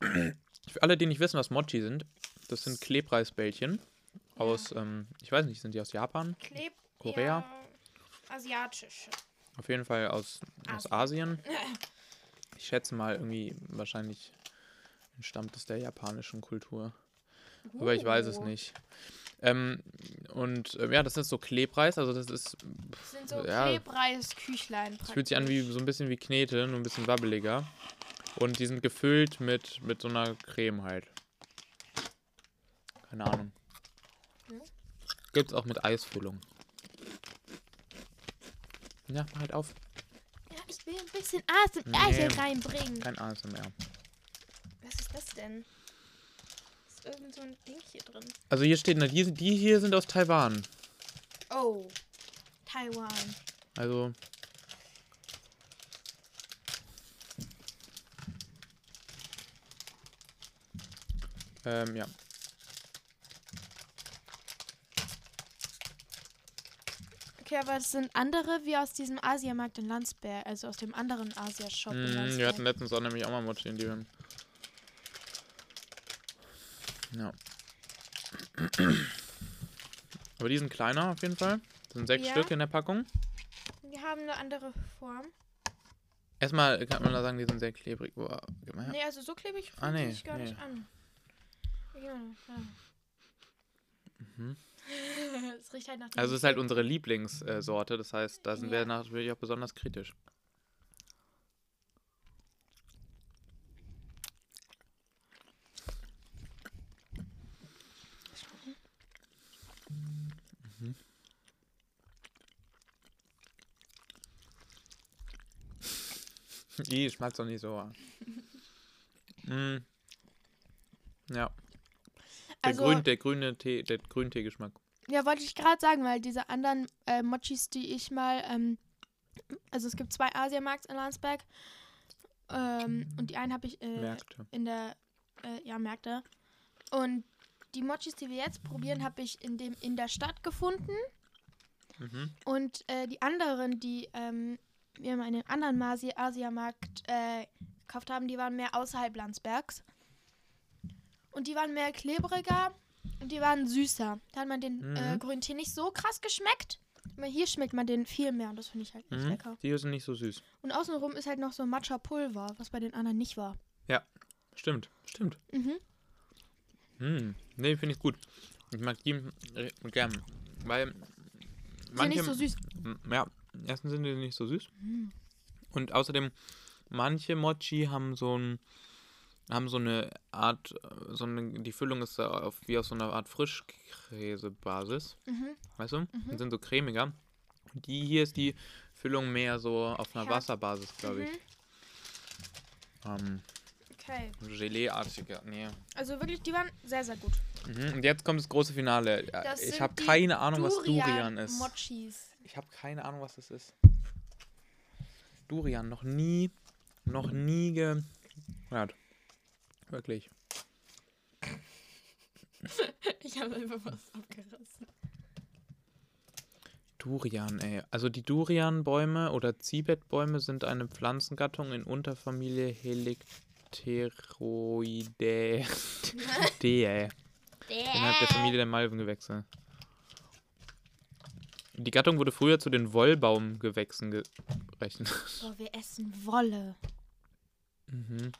B: Für alle, die nicht wissen, was Mochi sind, das sind Klebreisbällchen aus, ähm, ich weiß nicht, sind die aus Japan?
A: Kleb.
B: Korea?
A: Ja, asiatisch.
B: Auf jeden Fall aus, aus Asien. Ich schätze mal irgendwie, wahrscheinlich entstammt es der japanischen Kultur. Aber ich weiß es
A: Uh.
B: nicht. Ähm, und ähm, ja, das ist so Klebreis, also das ist,
A: Das sind so
B: Ja.
A: Klebreisküchlein.
B: es fühlt sich an wie so ein bisschen wie Knete, nur ein bisschen wabbeliger. Und die sind gefüllt mit, mit so einer Creme halt. Keine Ahnung.
A: Hm?
B: Gibt's auch mit Eisfüllung. Ja, mach halt auf.
A: Ja, ich will ein bisschen Eis und Eis
B: Nee.
A: hier reinbringen.
B: Kein Eis mehr.
A: Was ist das denn? Ist irgend so ein Ding hier drin.
B: Also hier steht, na, die, die hier sind aus Taiwan.
A: Oh. Taiwan.
B: Also. Ähm, ja.
A: Okay, aber es sind andere wie aus diesem Asiamarkt in Landsberg, also aus dem anderen Asia-Shop in
B: Mm, wir hatten
A: Landsberg.
B: letztens auch nämlich auch mal Mochi in die Höhen. Ja. Aber die sind kleiner auf jeden Fall. Das sind sechs
A: Ja.
B: Stück in der Packung.
A: Die haben eine andere Form.
B: Erstmal kann man da sagen, die sind sehr klebrig. Boah, gemein.
A: Nee, also so klebrig fühlt
B: Ah, nee,
A: sich gar
B: nee.
A: nicht an. Ja, genau, ja. es riecht halt nach diesem
B: Mhm. Also es ist halt unsere Lieblingssorte, das heißt, da sind
A: Ja.
B: wir natürlich auch besonders kritisch. Mhm. Ih, schmeckt doch nicht so. mm. Ja, der,
A: also,
B: grün, der grüne Tee, der Grünteegeschmack.
A: Ja, wollte ich gerade sagen, weil diese anderen äh, Mochis, die ich mal, ähm, also es gibt zwei Asiamarkts in Landsberg ähm, und die einen habe ich äh,
B: Märkte.
A: in der, äh, ja, Märkte. Und die Mochis, die wir jetzt probieren, habe ich in, dem, in der Stadt gefunden
B: Mhm.
A: und äh, die anderen, die ähm, wir mal in den anderen Masi Asiamarkt äh, gekauft haben, die waren mehr außerhalb Landsbergs. Und die waren mehr klebriger und die waren süßer. Da hat man den
B: Mhm.
A: äh, grünen Tee nicht so krass geschmeckt. Aber hier schmeckt man den viel mehr und das finde ich halt echt
B: Mhm.
A: lecker.
B: Die hier sind nicht so süß.
A: Und außenrum ist halt noch so Matcha-Pulver, was bei den anderen nicht war.
B: Stimmt, stimmt.
A: Mhm.
B: Hm. Nee, finde ich gut. Ich mag die äh, gern. Weil
A: Sind
B: manche.
A: nicht so süß.
B: M- Ja, erstens sind die nicht so süß.
A: Mhm.
B: Und außerdem, manche Mochi haben so ein haben so eine Art, äh, so eine, die Füllung ist da auf, wie auf so einer Art Frischkäsebasis,
A: Mhm.
B: weißt du? Und sind so cremiger. Und Die hier ist die Füllung mehr so auf einer
A: Ja.
B: Wasserbasis, glaube ich.
A: Mhm.
B: Ähm,
A: Okay.
B: Gelee-artiger, nee.
A: Also wirklich, die waren sehr, sehr gut.
B: Mhm, und jetzt kommt das große Finale. Ja,
A: Das
B: ich
A: sind
B: habe
A: die
B: keine Ahnung, was Durian ist.
A: Mochis.
B: Ich habe keine Ahnung, was das ist. Durian, noch nie, noch nie ge... Ja, wirklich.
A: Ich habe einfach was abgerissen.
B: Durian, ey. Also die Durianbäume oder Zibetbäume sind eine Pflanzengattung in Unterfamilie Helicteroidae. Dä. Innerhalb
A: Äh.
B: der Familie der Malvengewächse. Die Gattung wurde früher zu den Wollbaumgewächsen gerechnet.
A: Boah, wir essen Wolle.
B: Mhm.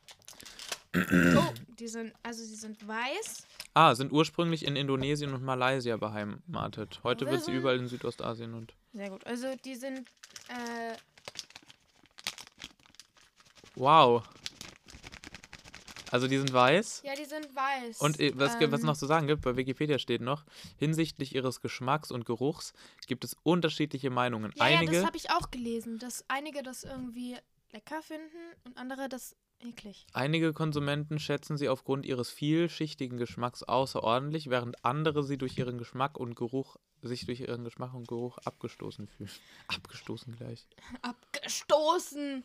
A: Oh, die sind, also die sind weiß.
B: Ah, sind ursprünglich in Indonesien und Malaysia beheimatet. Heute wird sie
A: Wissen-
B: überall in Südostasien und.
A: Sehr gut. Also die sind, äh,
B: Wow. Also die sind weiß.
A: ja, die sind weiß.
B: Und äh, was, ge- was
A: Ähm,
B: noch zu sagen gibt, bei Wikipedia steht noch, hinsichtlich ihres Geschmacks und Geruchs gibt es unterschiedliche Meinungen.
A: Ja,
B: Einige.
A: ja, das habe ich auch gelesen, dass einige das irgendwie lecker finden und andere das eklig.
B: Einige Konsumenten schätzen sie aufgrund ihres vielschichtigen Geschmacks außerordentlich, während andere sie durch ihren Geschmack und Geruch sich durch ihren Geschmack und Geruch abgestoßen fühlen. Abgestoßen gleich.
A: Abgestoßen.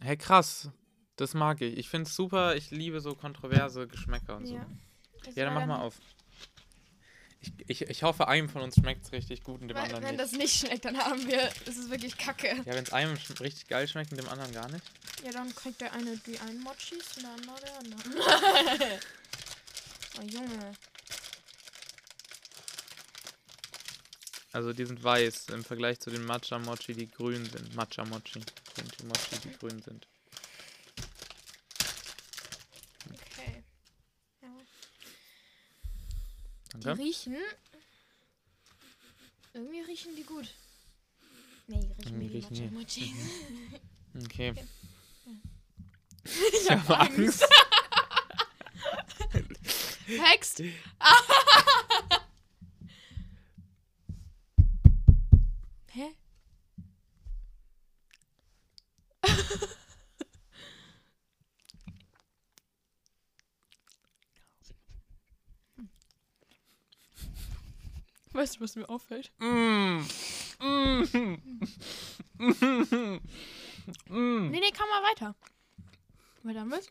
B: Hä, krass. Das mag ich. Ich finde es super. Ich liebe so kontroverse Geschmäcker und so.
A: Ja. Also Das
B: Also. Ja, dann
A: war
B: mach mal auf. Ich, ich, ich hoffe, einem von uns schmeckt es richtig gut und dem
A: Weil,
B: anderen
A: wenn
B: nicht.
A: das nicht schmeckt, dann haben wir, es ist wirklich kacke.
B: Ja, wenn es einem sch- richtig geil schmeckt und dem anderen gar nicht.
A: Ja, dann kriegt der eine die einen Mochis und der andere der andere. oh Junge.
B: Also die sind weiß im Vergleich zu den Matcha Mochi, die grün sind. Matcha Mochi, grün Tee Mochi, die grün sind.
A: Okay. Ja. Die
B: Danke.
A: riechen. Irgendwie riechen die gut. Nee, die riechen
B: Irgendwie
A: wie die
B: riechen
A: Matcha
B: die-
A: Mochis.
B: Okay.
A: Ich hab Angst. Text. Hä? Weißt du, was mir auffällt?
B: Mm. Mm. Mm.
A: Nee, nee, komm mal weiter. Weiter damit.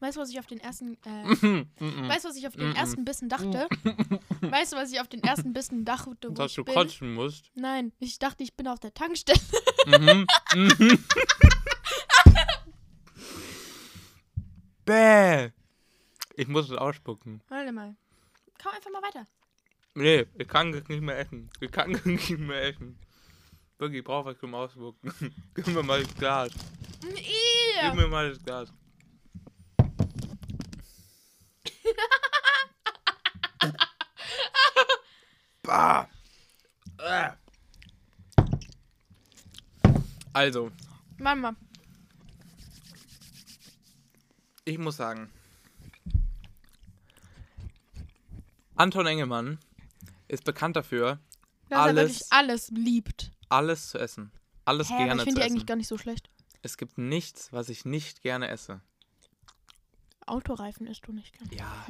A: Weißt du, was ich auf den ersten, äh,
B: Mm.
A: weißt du, was ich auf den
B: Mhm.
A: ersten Bissen dachte? Weißt du, was ich auf den ersten Bissen dachte, wo
B: Oh. Dass
A: ich
B: du
A: bin?
B: kotzen musst.
A: Nein, ich dachte, ich bin auf der Tankstelle.
B: Mhm. Mhm. Bäh. Ich muss es ausspucken. Hm.
A: Warte mal. Komm einfach mal weiter.
B: Nee, ich kann das nicht mehr essen. Ich kann das nicht mehr essen. Wirklich, ich brauche was zum Ausspucken. Gib mir mal das Glas. Gib
A: Ih!
B: mir mal das Glas. bah. Äh. Also,
A: Warte mal.
B: ich muss sagen, Anton Engelmann ist bekannt dafür,
A: Dass er
B: Alles.
A: wirklich alles liebt.
B: alles zu essen. Alles
A: Hä, aber ich
B: gerne zu
A: finde die eigentlich
B: essen.
A: gar nicht so schlecht.
B: Es gibt nichts, was ich nicht gerne esse.
A: Autoreifen isst du nicht gern.
B: Ja.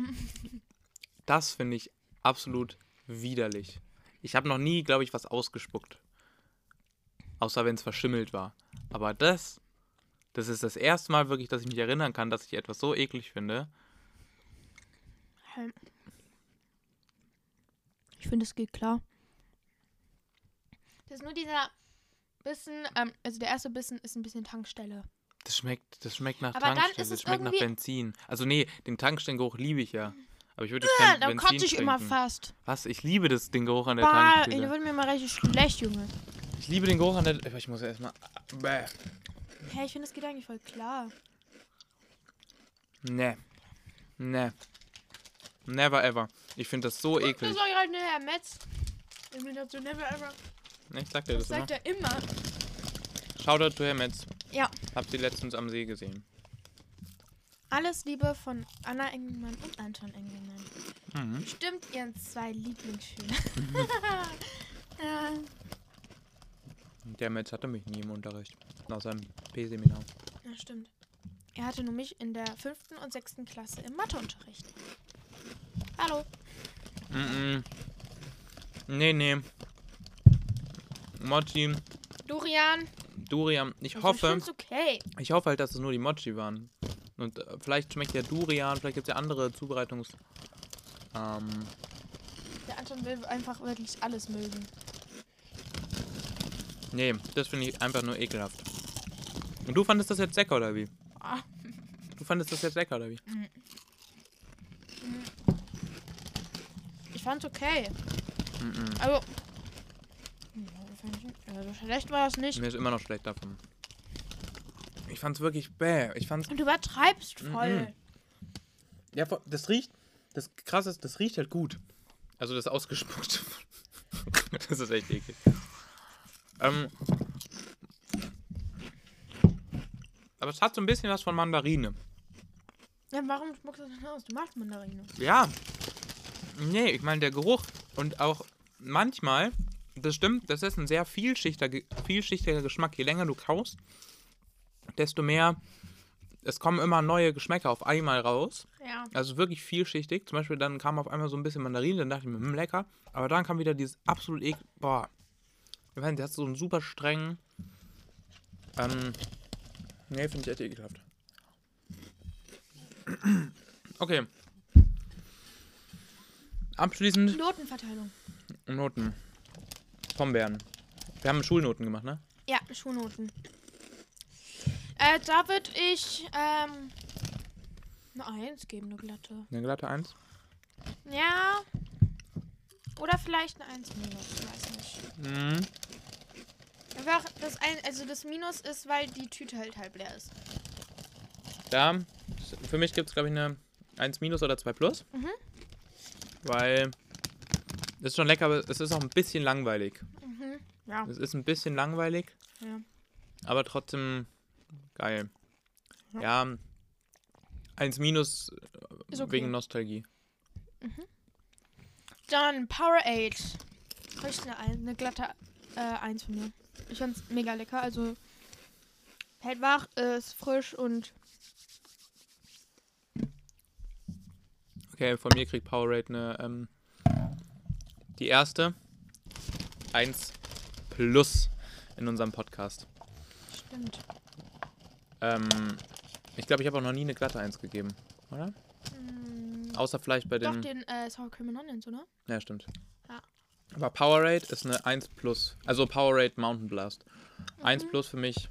B: Das finde ich absolut widerlich. Ich habe noch nie, glaube ich, was ausgespuckt. Außer wenn es verschimmelt war. Aber das, das ist das erste Mal wirklich, dass ich mich erinnern kann, dass ich etwas so eklig finde.
A: Ähm, Ich finde, es geht klar. Das ist nur dieser Bissen, ähm, also der erste Bissen ist ein bisschen Tankstelle.
B: Das schmeckt, das schmeckt nach
A: Aber dann
B: Tankstelle,
A: ist
B: das
A: es
B: schmeckt nach
A: irgendwie-
B: Benzin. Also nee, den Tankstellengeruch liebe ich ja. Aber ich würde jetzt
A: Ja,
B: kein
A: da
B: Benzin
A: Äh, kotze ich immer
B: trinken.
A: fast.
B: Was? Ich liebe das, den Geruch an der
A: Bah, ey, da
B: Tankstelle.
A: wird mir mal richtig schlecht, Junge.
B: Ich liebe den Geruch an der... Ich muss erstmal... Bäh.
A: Hä, ich finde, es geht eigentlich voll klar.
B: Nee. Nee. Never ever. Ich finde das so
A: Das
B: eklig.
A: war gerade eine Herr Metz. Irgendwie dazu never ever.
B: Ich sag dir
A: Das
B: das immer.
A: sagt er immer.
B: Shoutout to Herr Metz.
A: Ja.
B: Hab sie letztens am See gesehen.
A: Alles Liebe von Anna Engelmann und Anton Engelmann.
B: Mhm.
A: Stimmt ihren zwei Lieblingsschüler. ja.
B: Und Der Metz hatte mich nie im Unterricht. Aus seinem P-Seminar.
A: Ja, stimmt. Er hatte nämlich in der fünften und sechsten Klasse im Matheunterricht. Hallo.
B: Mhm. Nee, nee. Mochi,
A: Dorian.
B: Durian. Ich
A: Ich
B: hoffe,
A: Ist okay.
B: ich hoffe halt, dass es nur die Mochi waren. Und äh, vielleicht schmeckt ja Durian, vielleicht gibt es ja andere Zubereitungs... Ähm,
A: Der Anton will einfach wirklich alles mögen.
B: nee, das finde ich einfach nur ekelhaft. Und du fandest das jetzt lecker, oder wie?
A: Ah.
B: Du fandest das jetzt lecker, oder wie?
A: Ich fand's okay.
B: Mhm.
A: Also. Ja, fand ich- Also schlecht war das nicht.
B: Mir ist immer noch schlecht davon. Ich fand's wirklich bäh. Ich fand's.
A: Und du übertreibst voll.
B: Mhm. Ja, vor- das riecht. Das krasse ist, das riecht halt gut. Also das ausgespuckte. das ist echt eklig. Ähm, aber es hat so ein bisschen was von Mandarine.
A: Ja, warum spuckst du das denn aus? Du machst Mandarine.
B: Ja. Nee, ich meine, der Geruch und auch manchmal, das stimmt, das ist ein sehr vielschichtiger, vielschichtiger Geschmack. Je länger du kaust, desto mehr. Es kommen immer neue Geschmäcker auf einmal raus.
A: Ja.
B: Also wirklich vielschichtig. Zum Beispiel dann kam auf einmal so ein bisschen Mandarine, dann dachte ich mir, hm, lecker. Aber dann kam wieder dieses absolut ek. Boah. Ich meine, der hat so einen super strengen, Ähm, nee, finde ich echt ekelhaft. Okay. Abschließend
A: Notenverteilung.
B: Noten. Pombeeren. Wir haben Schulnoten gemacht, ne?
A: Ja, Schulnoten. Äh, da würde ich ähm, eine Eins geben, eine glatte.
B: Eine glatte 1.
A: Ja. Oder vielleicht eine Eins minus, ich weiß nicht.
B: Mhm.
A: Einfach das ein, also das Minus ist, weil die Tüte halt halb leer ist.
B: Da, für mich gibt es, glaube ich, eine 1 minus oder 2 plus.
A: Mhm.
B: Weil es ist schon lecker, aber es ist auch ein bisschen langweilig.
A: Mhm. Ja.
B: Es ist ein bisschen langweilig,
A: ja.
B: aber trotzdem geil. Ja, 1 minus äh,
A: Ist okay.
B: wegen Nostalgie.
A: Dann Powerade. Habe ich eine, Ein- eine glatte äh, Eins von mir. Ich fand's mega lecker. Also hält wach, äh, ist frisch und
B: Okay, von mir kriegt Powerade eine, ähm, die erste 1 plus in unserem Podcast.
A: stimmt.
B: Ähm, ich glaube, ich habe auch noch nie eine glatte 1 gegeben, oder?
A: Mm,
B: Außer vielleicht bei
A: doch
B: den...
A: den äh, Sour Cream and Onions, oder?
B: Ja, stimmt.
A: Ja.
B: Aber Powerade ist eine 1 plus. Also Powerade Mountain Blast.
A: Mhm.
B: 1 plus für mich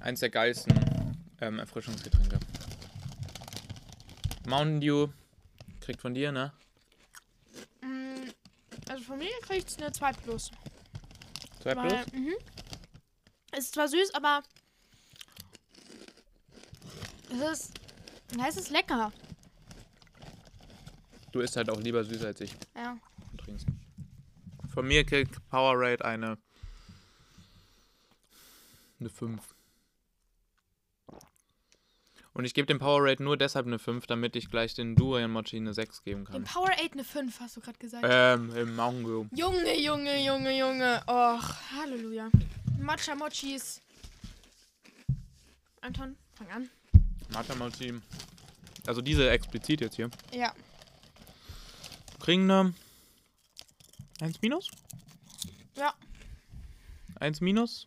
B: eins der geilsten ähm, Erfrischungsgetränke. Mountain Dew kriegt von dir, ne?
A: Mm, also von mir kriegt's eine 2 plus.
B: 2 plus?
A: Weil, mhm. Es ist zwar süß, aber es ist. Ja, es ist lecker.
B: Du isst halt auch lieber süß als ich
A: Ja.
B: und trinkst. Von mir kriegt Powerade eine. Eine 5. Und ich gebe dem Powerade nur deshalb eine 5, damit ich gleich den Durian Mochi eine 6 geben
A: Dem
B: kann.
A: Powerade eine 5, hast du gerade gesagt.
B: Ähm, im Mountain Dew.
A: Junge, Junge, Junge, Junge. Och, Halleluja. Matcha Mochis. Anton, fang an.
B: Matcha Mochi. Also diese explizit jetzt hier.
A: Ja.
B: Kriegen eine 1 minus?
A: Ja,
B: 1 minus?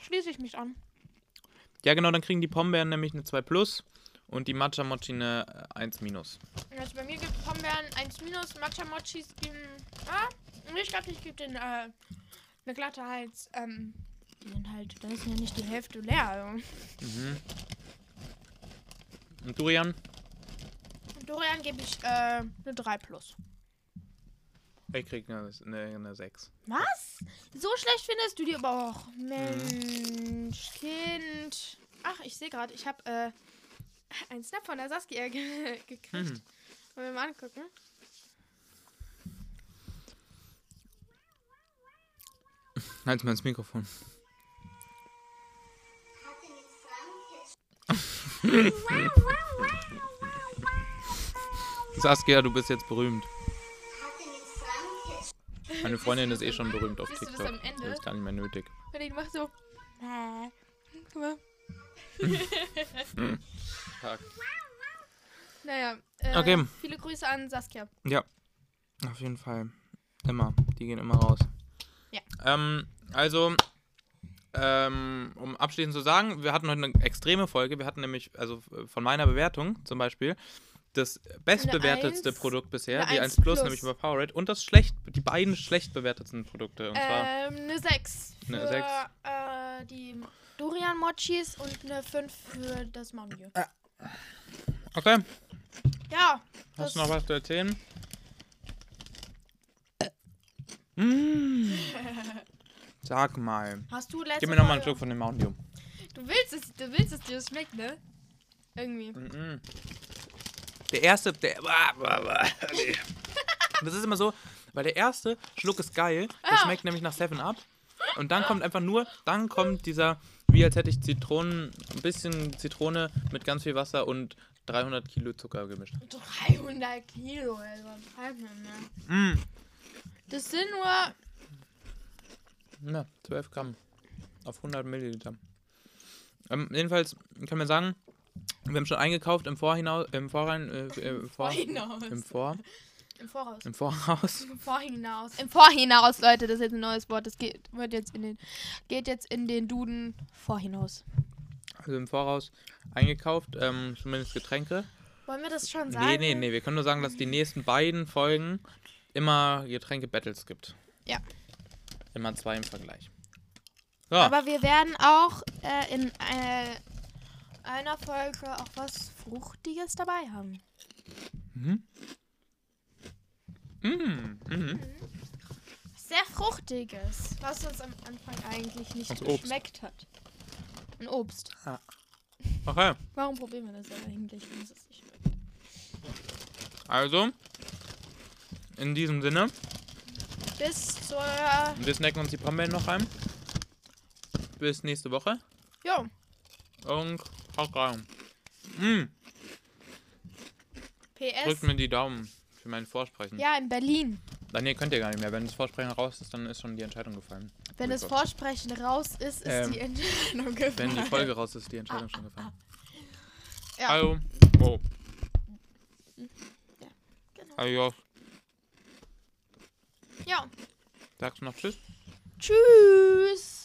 A: schließe ich mich an.
B: Ja genau, dann kriegen die Pombeeren nämlich eine 2 plus und die Matcha Mochi eine äh, 1 minus.
A: Also bei mir gibt es Pombeeren 1 minus, Matcha Mochis geben. Ah, und ich glaube, ich gebe den äh, eine glatte Hals. Ähm, die sind halt, da ist ja nicht die Hälfte leer. Also.
B: Mhm. Und Durian?
A: Und Dorian gebe ich äh, eine 3 plus.
B: Ich krieg eine, eine, eine 6.
A: Was? So schlecht findest du die aber auch. Mensch, Kind. Ach, ich sehe gerade, ich habe äh, einen Snap von der Saskia ge gekriegt.
B: Mhm.
A: Wollen wir mal angucken?
B: Halt mal ins Mikrofon. Saskia, du bist jetzt berühmt. Meine Freundin ist eh schon berühmt auf
A: Siehst du das
B: TikTok.
A: am Ende?
B: Das ist gar nicht mehr nötig.
A: Und ich mach so. Äh, guck mal.
B: Tag.
A: Naja. Äh,
B: Okay.
A: Viele Grüße an Saskia.
B: Ja, auf jeden Fall. Immer. Die gehen immer raus.
A: Ja.
B: Ähm, also, ähm, um abschließend zu sagen, wir hatten heute eine extreme Folge. Wir hatten nämlich, also äh, von meiner Bewertung zum Beispiel, das bestbewertetste
A: Eins,
B: Produkt bisher,
A: eine
B: die 1
A: Eins
B: Plus,
A: plus.
B: nämlich über Powerade, und das schlecht, die beiden schlecht bewertetsten Produkte. Und zwar
A: Ähm, eine 6 für
B: Eine Sechs.
A: Äh, die Dorian Mochis und eine 5 für das Mountain Dew.
B: Okay,
A: Ja.
B: hast
A: das-
B: du noch was zu erzählen?
A: Äh.
B: Mm. Sag mal.
A: Hast du letzte
B: Gib mir nochmal einen
A: Folge-
B: Schluck von dem Mountain Dew.
A: Du willst es, du willst es dir, es schmeckt, ne? Irgendwie.
B: Mhm. Der erste, der. Ah, ah, ah, nee. Das ist immer so, weil der erste Schluck ist geil, der schmeckt nämlich nach 7 Up. Und dann kommt einfach nur, dann kommt dieser, wie als hätte ich Zitronen, ein bisschen Zitrone mit ganz viel Wasser und 300 Kilo Zucker gemischt.
A: 300 Kilo, also halb ne?
B: Mm.
A: Das sind nur.
B: Na, 12 Gramm auf 100 Milliliter. Ähm, jedenfalls können wir sagen, wir haben schon eingekauft im Vorhinein, im Vorrein, äh, äh, im Vor,
A: Hinaus.
B: im Vor,
A: Im Voraus.
B: Im Voraus.
A: Im Vorhinaus. Im Vorhinaus, Leute, das ist jetzt ein neues Wort. Das geht, wird jetzt in den, geht jetzt in den Duden Vorhinaus.
B: Also im Voraus eingekauft, ähm, zumindest Getränke.
A: Wollen wir das schon sagen?
B: Nee, nee, nee. Wir können nur sagen, dass die nächsten beiden Folgen immer Getränke-Battles gibt.
A: Ja.
B: Immer zwei im Vergleich. So,
A: Aber wir werden auch äh, in äh, einer Folge auch was Fruchtiges dabei haben.
B: mm, mhm.
A: Sehr Fruchtiges, was uns am Anfang eigentlich nicht
B: Und Obst.
A: geschmeckt hat. Ein Obst.
B: okay.
A: Warum probieren wir das denn eigentlich, wenn es uns nicht schmeckt?
B: Also, in diesem Sinne,
A: Bis zur. Jo.
B: wir snacken uns die Pombeeren noch rein. Bis nächste Woche. Und haut rein. Mm, drückt
A: PS.
B: mir die Daumen für mein Vorsprechen.
A: Ja, in Berlin.
B: Dann nee, könnt ihr gar nicht mehr. Wenn das Vorsprechen raus ist, dann ist schon die Entscheidung gefallen.
A: Wenn das
B: Oh Gott.
A: Vorsprechen raus ist, ist
B: Ähm,
A: die Entscheidung
B: Wenn
A: gefallen.
B: die Folge raus ist, ist die Entscheidung schon gefallen.
A: Ah, Ja.
B: Hallo. Oh.
A: Ja, genau.
B: Adios.
A: Ja.
B: Sagst du noch Tschüss?
A: Tschüss.